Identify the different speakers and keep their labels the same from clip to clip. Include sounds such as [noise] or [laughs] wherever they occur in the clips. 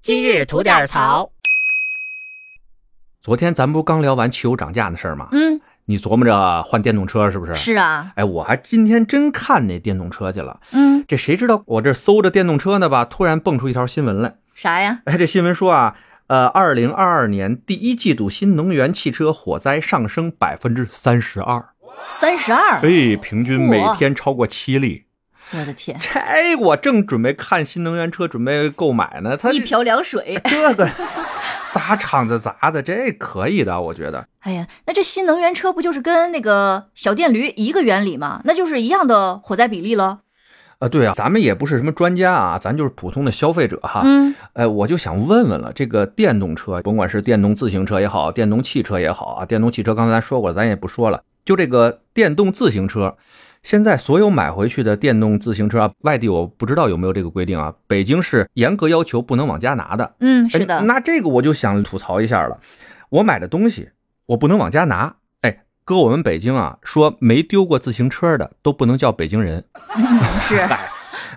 Speaker 1: 今日吐点槽。
Speaker 2: 昨天咱不刚聊完汽油涨价的事儿吗？
Speaker 1: 嗯，
Speaker 2: 你琢磨着换电动车是不是？。
Speaker 1: 是啊，
Speaker 2: 哎，我还今天真看那电动车去了。
Speaker 1: 嗯，
Speaker 2: 这谁知道我这搜着电动车呢吧，突然蹦出一条新闻来。 [laughs]
Speaker 1: 啥呀？
Speaker 2: 哎，这新闻说啊，呃，二零二二年第一季度新能源汽车火灾上升百分之三十二，
Speaker 1: 三十二，
Speaker 2: 哎，平均每
Speaker 1: 嚯
Speaker 2: 天超过七例。
Speaker 1: 我的天，
Speaker 2: 这我正准备看新能源车，准备购买呢，它
Speaker 1: 一瓢凉水。
Speaker 2: 这个 [laughs] 砸场子砸的，这可以的，我觉得。
Speaker 1: 哎呀，那这新能源车不就是跟那个小电驴一个原理吗？那就是一样的火灾比例了。
Speaker 2: 啊，对啊，咱们也不是什么专家啊，咱就是普通的消费者哈。
Speaker 1: 嗯，
Speaker 2: 呃，我就想问问了，这个电动车，甭管是电动自行车也好，电动汽车也好啊，电动汽车刚才咱说过了，咱也不说了。就这个电动自行车，现在所有买回去的电动自行车啊，外地我不知道有没有这个规定啊，北京是严格要求不能往家拿的。
Speaker 1: 嗯，是
Speaker 2: 哎
Speaker 1: 的，
Speaker 2: 那这个我就想吐槽一下了，我买的东西我不能往家拿。哎，搁我们北京啊，说没丢过自行车的都不能叫北京人。
Speaker 1: 是，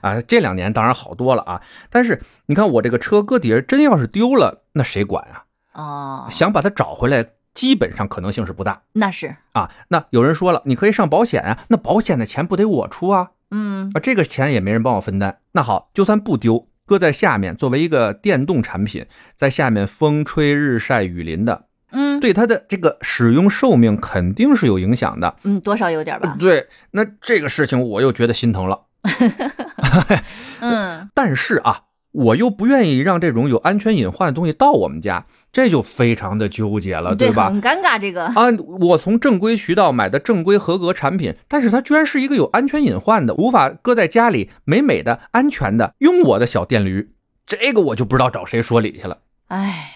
Speaker 2: 啊，这两年当然好多了啊。但是你看我这个车搁底下真要是丢了，那谁管啊？
Speaker 1: 哦，
Speaker 2: 想把它找回来，基本上可能性是不大
Speaker 1: 那是，
Speaker 2: 啊。那有人说了，你可以上保险啊，那保险的钱不得我出啊？
Speaker 1: 嗯
Speaker 2: 啊，这个钱也没人帮我分担。那好，就算不丢，搁在下面作为一个电动产品，在下面风吹日晒雨淋的，
Speaker 1: 嗯
Speaker 2: 对它的这个使用寿命肯定是有影响的。
Speaker 1: 嗯，多少有点吧。
Speaker 2: 对，那这个事情我又觉得心疼了。
Speaker 1: 嗯，
Speaker 2: 但是啊，我又不愿意让这种有安全隐患的东西到我们家，这就非常的纠结了，
Speaker 1: 对，
Speaker 2: 吧？
Speaker 1: 很尴尬这个。
Speaker 2: 啊，我从正规渠道买的正规合格产品，但是它居然是一个有安全隐患的，无法搁在家里美美的、安全的，用我的小电驴，这个我就不知道找谁说理去了。
Speaker 1: 哎，